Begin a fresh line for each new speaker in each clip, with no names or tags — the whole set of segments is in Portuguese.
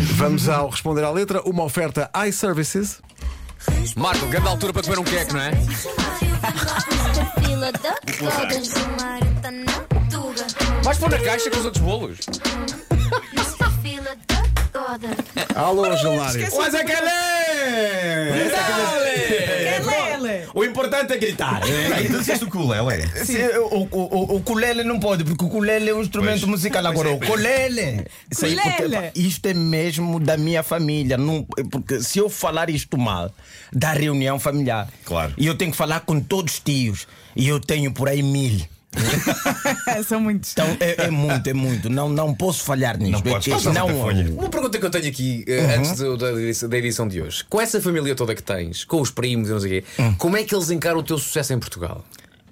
Vamos ao responder à letra. Uma oferta iServices.
Marco, grande altura para comer um queque, não é? Vais pôr na caixa com os outros bolos.
Ah,
Alô, Gilmário.
Mas é que ele é! O importante é gritar.
Aí tu disseste o ukulele.
Se- o, o, o, o culele não pode, porque o culele é um instrumento
Pois.
musical. Agora, o culele. é, Isso aí, porque,
Culele.
pá, isto é mesmo da minha família. Não, porque se eu falar isto mal, da reunião familiar.
Claro.
E eu tenho que falar com todos os tios. E eu tenho por aí mil.
São muitos.
Então é, é muito, é muito. Não, não posso falhar nisto.
Não podes
É que
passar
não,
muita folha.
Uma pergunta que eu tenho aqui eh,
Uhum.
antes do- da, edição- da edição de hoje. Com essa família toda que tens, com os primos e não sei o quê,
Uhum.
como é que eles encaram o teu sucesso em Portugal?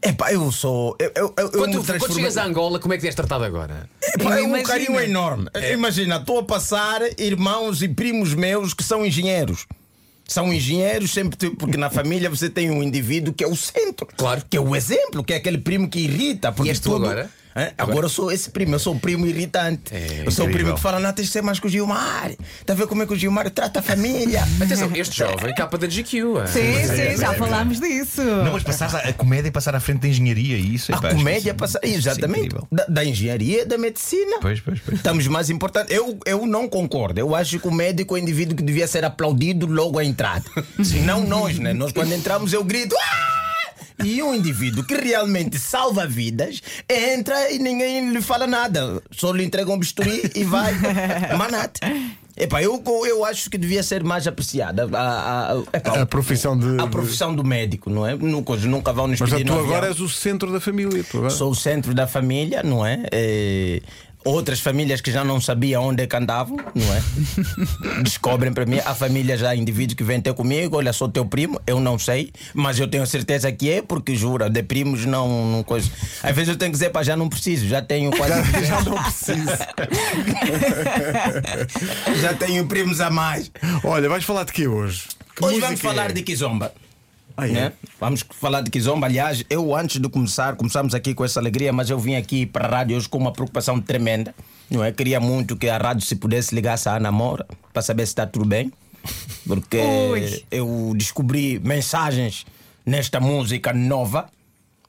Epá, eu sou. Eu, eu,
Quando,
eu me
tu- quando
transformei-
chegas a Angola, como é que és tratado agora?
Pá, é um
Imagina.
carinho enorme.
É.
Imagina, estou a passar irmãos e primos meus que são engenheiros. São engenheiros, sempre te- porque na família você tem um indivíduo que é o centro,
Claro.
que é o exemplo, que é aquele primo que irrita. Porque
és tu
tudo-
agora? É,
Hã? Agora eu sou esse primo, eu sou o primo irritante. eu sou o primo
incrível.
que fala, não, tens de ser mais que o Gilmar. Está a ver como é que o Gilmar trata a família?
Atenção, este jovem capa da GQ. ah.
Sim, sim, já falámos disso.
Não, mas passar a comédia e passar à frente da engenharia e isso é pá,
A
acho que
comédia
isso-
passa.
isso é
Exatamente.
incrível.
da, da engenharia, da medicina.
Pois, pois, pois.
Estamos mais importantes. Eu, eu não concordo. Eu acho que o médico é o indivíduo que devia ser aplaudido logo à entrada. Não nós, né? Nós, quando entramos, eu grito. "Ah!" E um indivíduo que realmente salva vidas entra e ninguém lhe fala nada. Só lhe entregam um bisturi e vai. Manate. Epá, eu, eu acho que devia ser mais apreciada a, a- a- epá,
A profissão de-
a profissão do médico, não é? Nunca, nunca vão nos
Mas
pedir
portanto, tu
no
agora
avião.
és o centro da família. Tu agora.
Sou o centro da família, não é? É, Outras famílias que já não sabiam onde é que andavam, não é? Descobrem para mim. Há famílias, há indivíduos que vêm ter comigo. Olha, sou teu primo, eu não sei, mas eu tenho certeza que é, porque jura, de primos não, não coisa. Às vezes eu tenho que dizer, pá, já não preciso, já tenho quase.
Já não preciso.
já tenho primos a mais.
Olha, vais falar de quê hoje? Que
Hoje
música
vamos
é?
falar de Kizomba.
Ah, é?
né? Vamos falar de Kizomba. Aliás, eu antes de começar, começamos aqui com essa alegria, mas eu vim aqui para a rádio hoje com uma preocupação tremenda. Não é? Queria muito que a rádio se pudesse ligar à Ana Moura para saber se está tudo bem. Porque
Ui.
eu descobri mensagens nesta música nova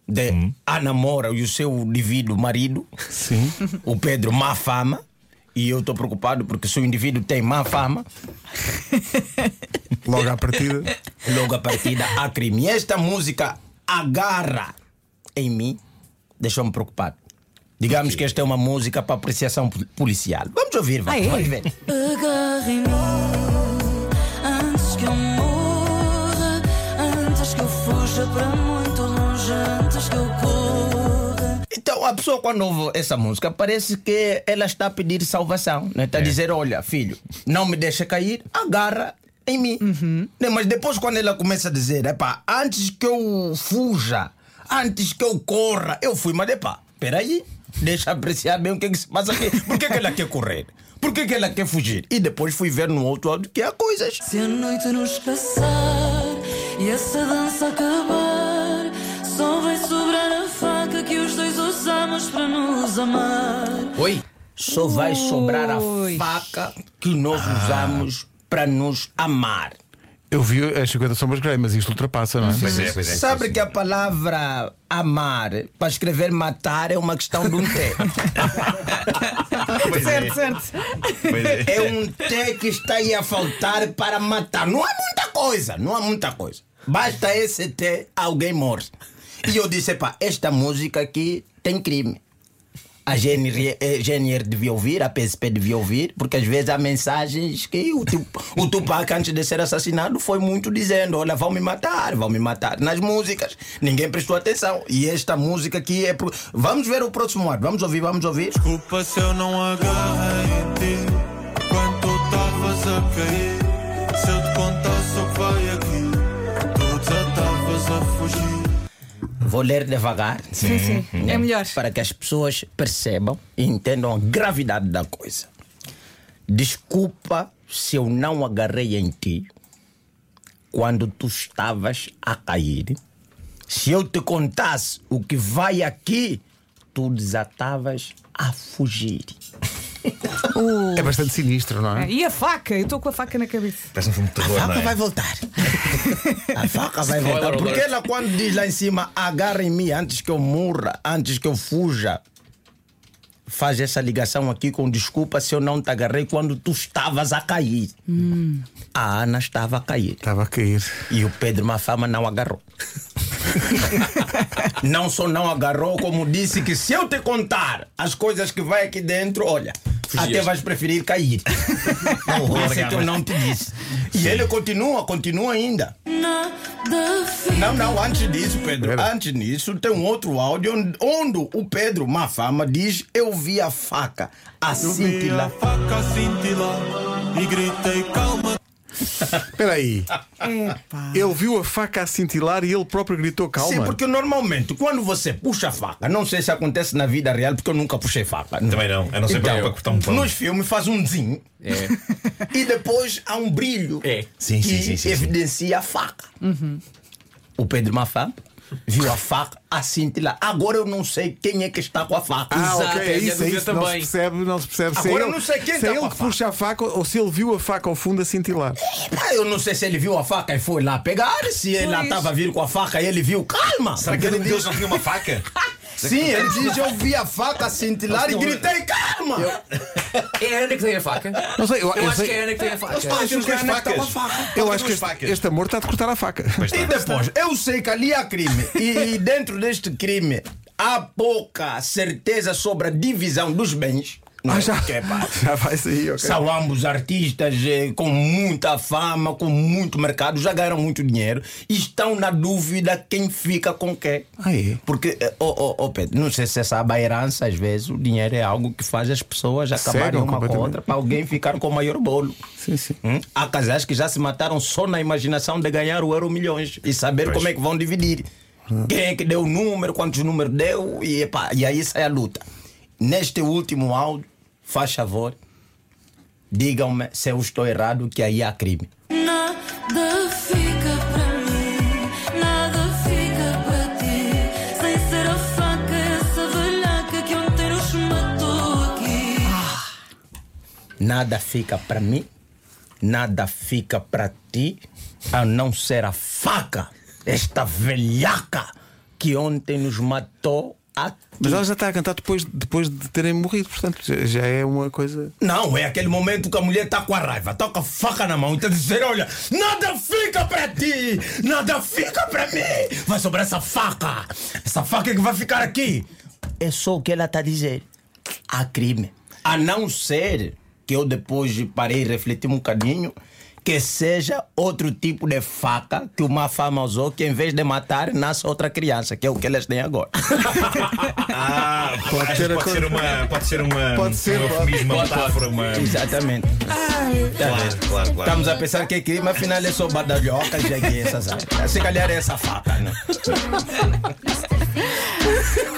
de Ana Moura e o seu indivíduo marido,
Sim.
o Pedro Má Fama. E eu estou preocupado porque se o indivíduo tem má fama,
Logo à partida.
Logo a partida há crime. E esta música agarra em mim, deixou-me preocupado. Digamos que esta é uma música para apreciação pol- policial. Vamos ouvir, vai.
Ah, é?
Vamos ver.
Agarrem-me antes que eu morra, antes que eu fuja para muito longe, antes que eu corra.
Então a pessoa quando ouve essa música parece que ela está a pedir salvação. Né? Está a dizer, olha, filho, não me deixa cair, agarra em mim. Né? Mas depois quando ela começa a dizer, epá, antes que eu fuja, antes que eu corra, eu fui, mas epá, peraí, deixa eu apreciar bem o que, é que se passa aqui. Por que, que ela quer correr? Por que, que ela quer fugir? E depois fui ver no outro lado que há coisas.
Se a noite nos caçar e essa dança acabar, só vai sobrar a faca que os dois usamos para nos amar.
Oi?
Só vai sobrar a
Ui.
faca que nós usamos para nos amar.
Eu vi as 50 Sombras Grey, mas isto ultrapassa, não é?
Pois é, pois é.
Sabe que a palavra amar para escrever matar é uma questão de um T.
Pois é,
Certo, certo.
pois é.
É um T que está aí a faltar para matar. Não há muita coisa, não há muita coisa. Basta esse T, alguém morre. E eu disse, pá, esta música aqui tem crime. A GNR, eh, GNR devia ouvir, a PSP devia ouvir, porque às vezes há mensagens que o, Tup- o Tupac, antes de ser assassinado, foi muito dizendo: Olha, vão me matar, vão me matar. Nas músicas, ninguém prestou atenção. E esta música aqui é. pro- Vamos ver o próximo ano, vamos ouvir, vamos ouvir.
Desculpa se eu não agarrei em ti Quando tu estavas a cair Se eu te contasse o que vai aqui Tu já estavas a fugir
Vou ler devagar.
Sim, sim. É melhor.
Uhum. para que as pessoas percebam e entendam a gravidade da coisa. Desculpa se eu não agarrei em ti quando tu estavas a cair. Se eu te contasse o que vai aqui, tu desatavas a fugir.
O-
É bastante sinistro, não é?
E a faca? Eu estou com a faca na cabeça.
Parece um filme de terror,
A
não
faca
é?
vai voltar. A faca vai voltar.
Spoiler
Porque
alert.
ela, quando diz lá em cima, agarrem-me antes que eu morra, antes que eu fuja, faz essa ligação aqui com desculpa se eu não te agarrei quando tu estavas a cair.
Hum.
A Ana estava a cair.
Estava a cair.
E o Pedro Mafama não agarrou. não só não agarrou, como disse que se eu te contar as coisas que vai aqui dentro, olha,
Fugias.
até vais preferir cair.
Não vou
Esse é que eu
largar,
não te disse. E ele continua, continua ainda.
Nada fica
Não, não, antes disso, Pedro,
Pera.
antes disso, tem um outro áudio onde- onde o Pedro Mafama diz: Eu vi a faca, assim a
Eu vi a
cintilar.
faca cintilar e gritei calma.
Espera aí.
Epá.
Ele viu a faca a cintilar e ele próprio gritou calma.
Sim, porque normalmente quando você puxa a faca, não sei se acontece na vida real, porque eu nunca puxei faca.
Também não, a não ser
Então,
para- para cortar um pão.
Nos filmes faz um zin
É.
e depois há um brilho
É.
Sim, sim,
que
sim, sim, sim.
evidencia a faca. O Pedro Mafá viu a faca a cintilar. Agora eu não sei quem é que está com a faca.
Ah,
Exato,
ok,
é
é
a
isso, é
dúvida
isso. Não se
também.
percebe, não se percebe. se é
Agora
ele,
não sei
se é
quem tá com
ele
a
que
faca.
puxa a faca ou se ele viu a faca ao fundo a cintilar.
Pá, Ah, Eu não sei se ele viu a faca e foi lá pegar, se ela
Pois.
estava a vir com a faca e ele viu. Calma!
Será que ele deles não tinha uma faca?
Sim, ele diz: Eu vi a faca cintilar e gritei: Calma!
É a Ana que tem a faca.
Não sei, eu, eu
Eu acho
sei-
que é a Ana que tem a faca.
Ah, temos
é
duas facas.
eu
Faltam
acho que
duas
este,
facas.
este amor está de cortar a faca.
E depois, eu sei que ali há crime. E, e dentro deste crime há pouca certeza sobre a divisão dos bens. não é?
Ah, já,
Que, pá,
já vai sair, ok.
São ambos artistas eh, com muita fama, com muito mercado, já ganharam muito dinheiro e estão na dúvida quem fica com quem.
Ah, é?
Porque, eh, oh, oh, oh, Pedro, não sei se você sabe, a herança, às vezes, o dinheiro é algo que faz as pessoas acabarem
Cegam
uma com a
completamente.
outra para alguém ficar com o maior bolo.
Sim, sim.
Hum? Há casais que já se mataram só na imaginação de ganhar o euro milhões e saber como é que vão dividir. Quem é que deu o número, quantos números deu e, epá, e aí sai a luta. Neste último áudio, faz favor, digam-me se eu estou errado, que aí há crime.
Nada fica pra mim, nada fica pra ti. Sem ser a faca, essa velhaca que ontem nos matou aqui.
Nada fica para mim, nada fica para ti, a não ser a faca, esta velhaca que ontem nos matou aqui.
Mas ela já está a cantar depois, depois de terem morrido, portanto, já, já é uma coisa.
Não, é aquele momento que a mulher está com a raiva, está com a faca na mão e está dizendo: Olha, nada fica para ti, nada fica para mim. Vai sobrar essa faca, essa faca que vai ficar aqui. É só o que ela está a dizer. Há crime. A não ser que eu depois parei e refleti um bocadinho. Que seja outro tipo de faca que uma fama usou, que em vez de matar, nasce outra criança, que é o que elas têm agora.
Ah, pode,
ter
pode
a-
ser uma. Pode ser uma.
Pode ser,
um
pode.
eufemismo, uma metáfora, uma.
Exatamente.
É. Claro, claro, claro.
Estamos a pensar que é crime, afinal é só badalhoca, jegue, essas áreas. Se calhar é essa faca, né?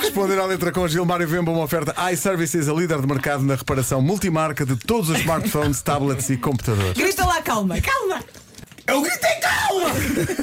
Responder à letra com Gilmário Vemba, uma oferta iServices, a líder de mercado na reparação multimarca de todos os smartphones, tablets e computadores.
Grita lá, calma, calma!
Eu gritei calma!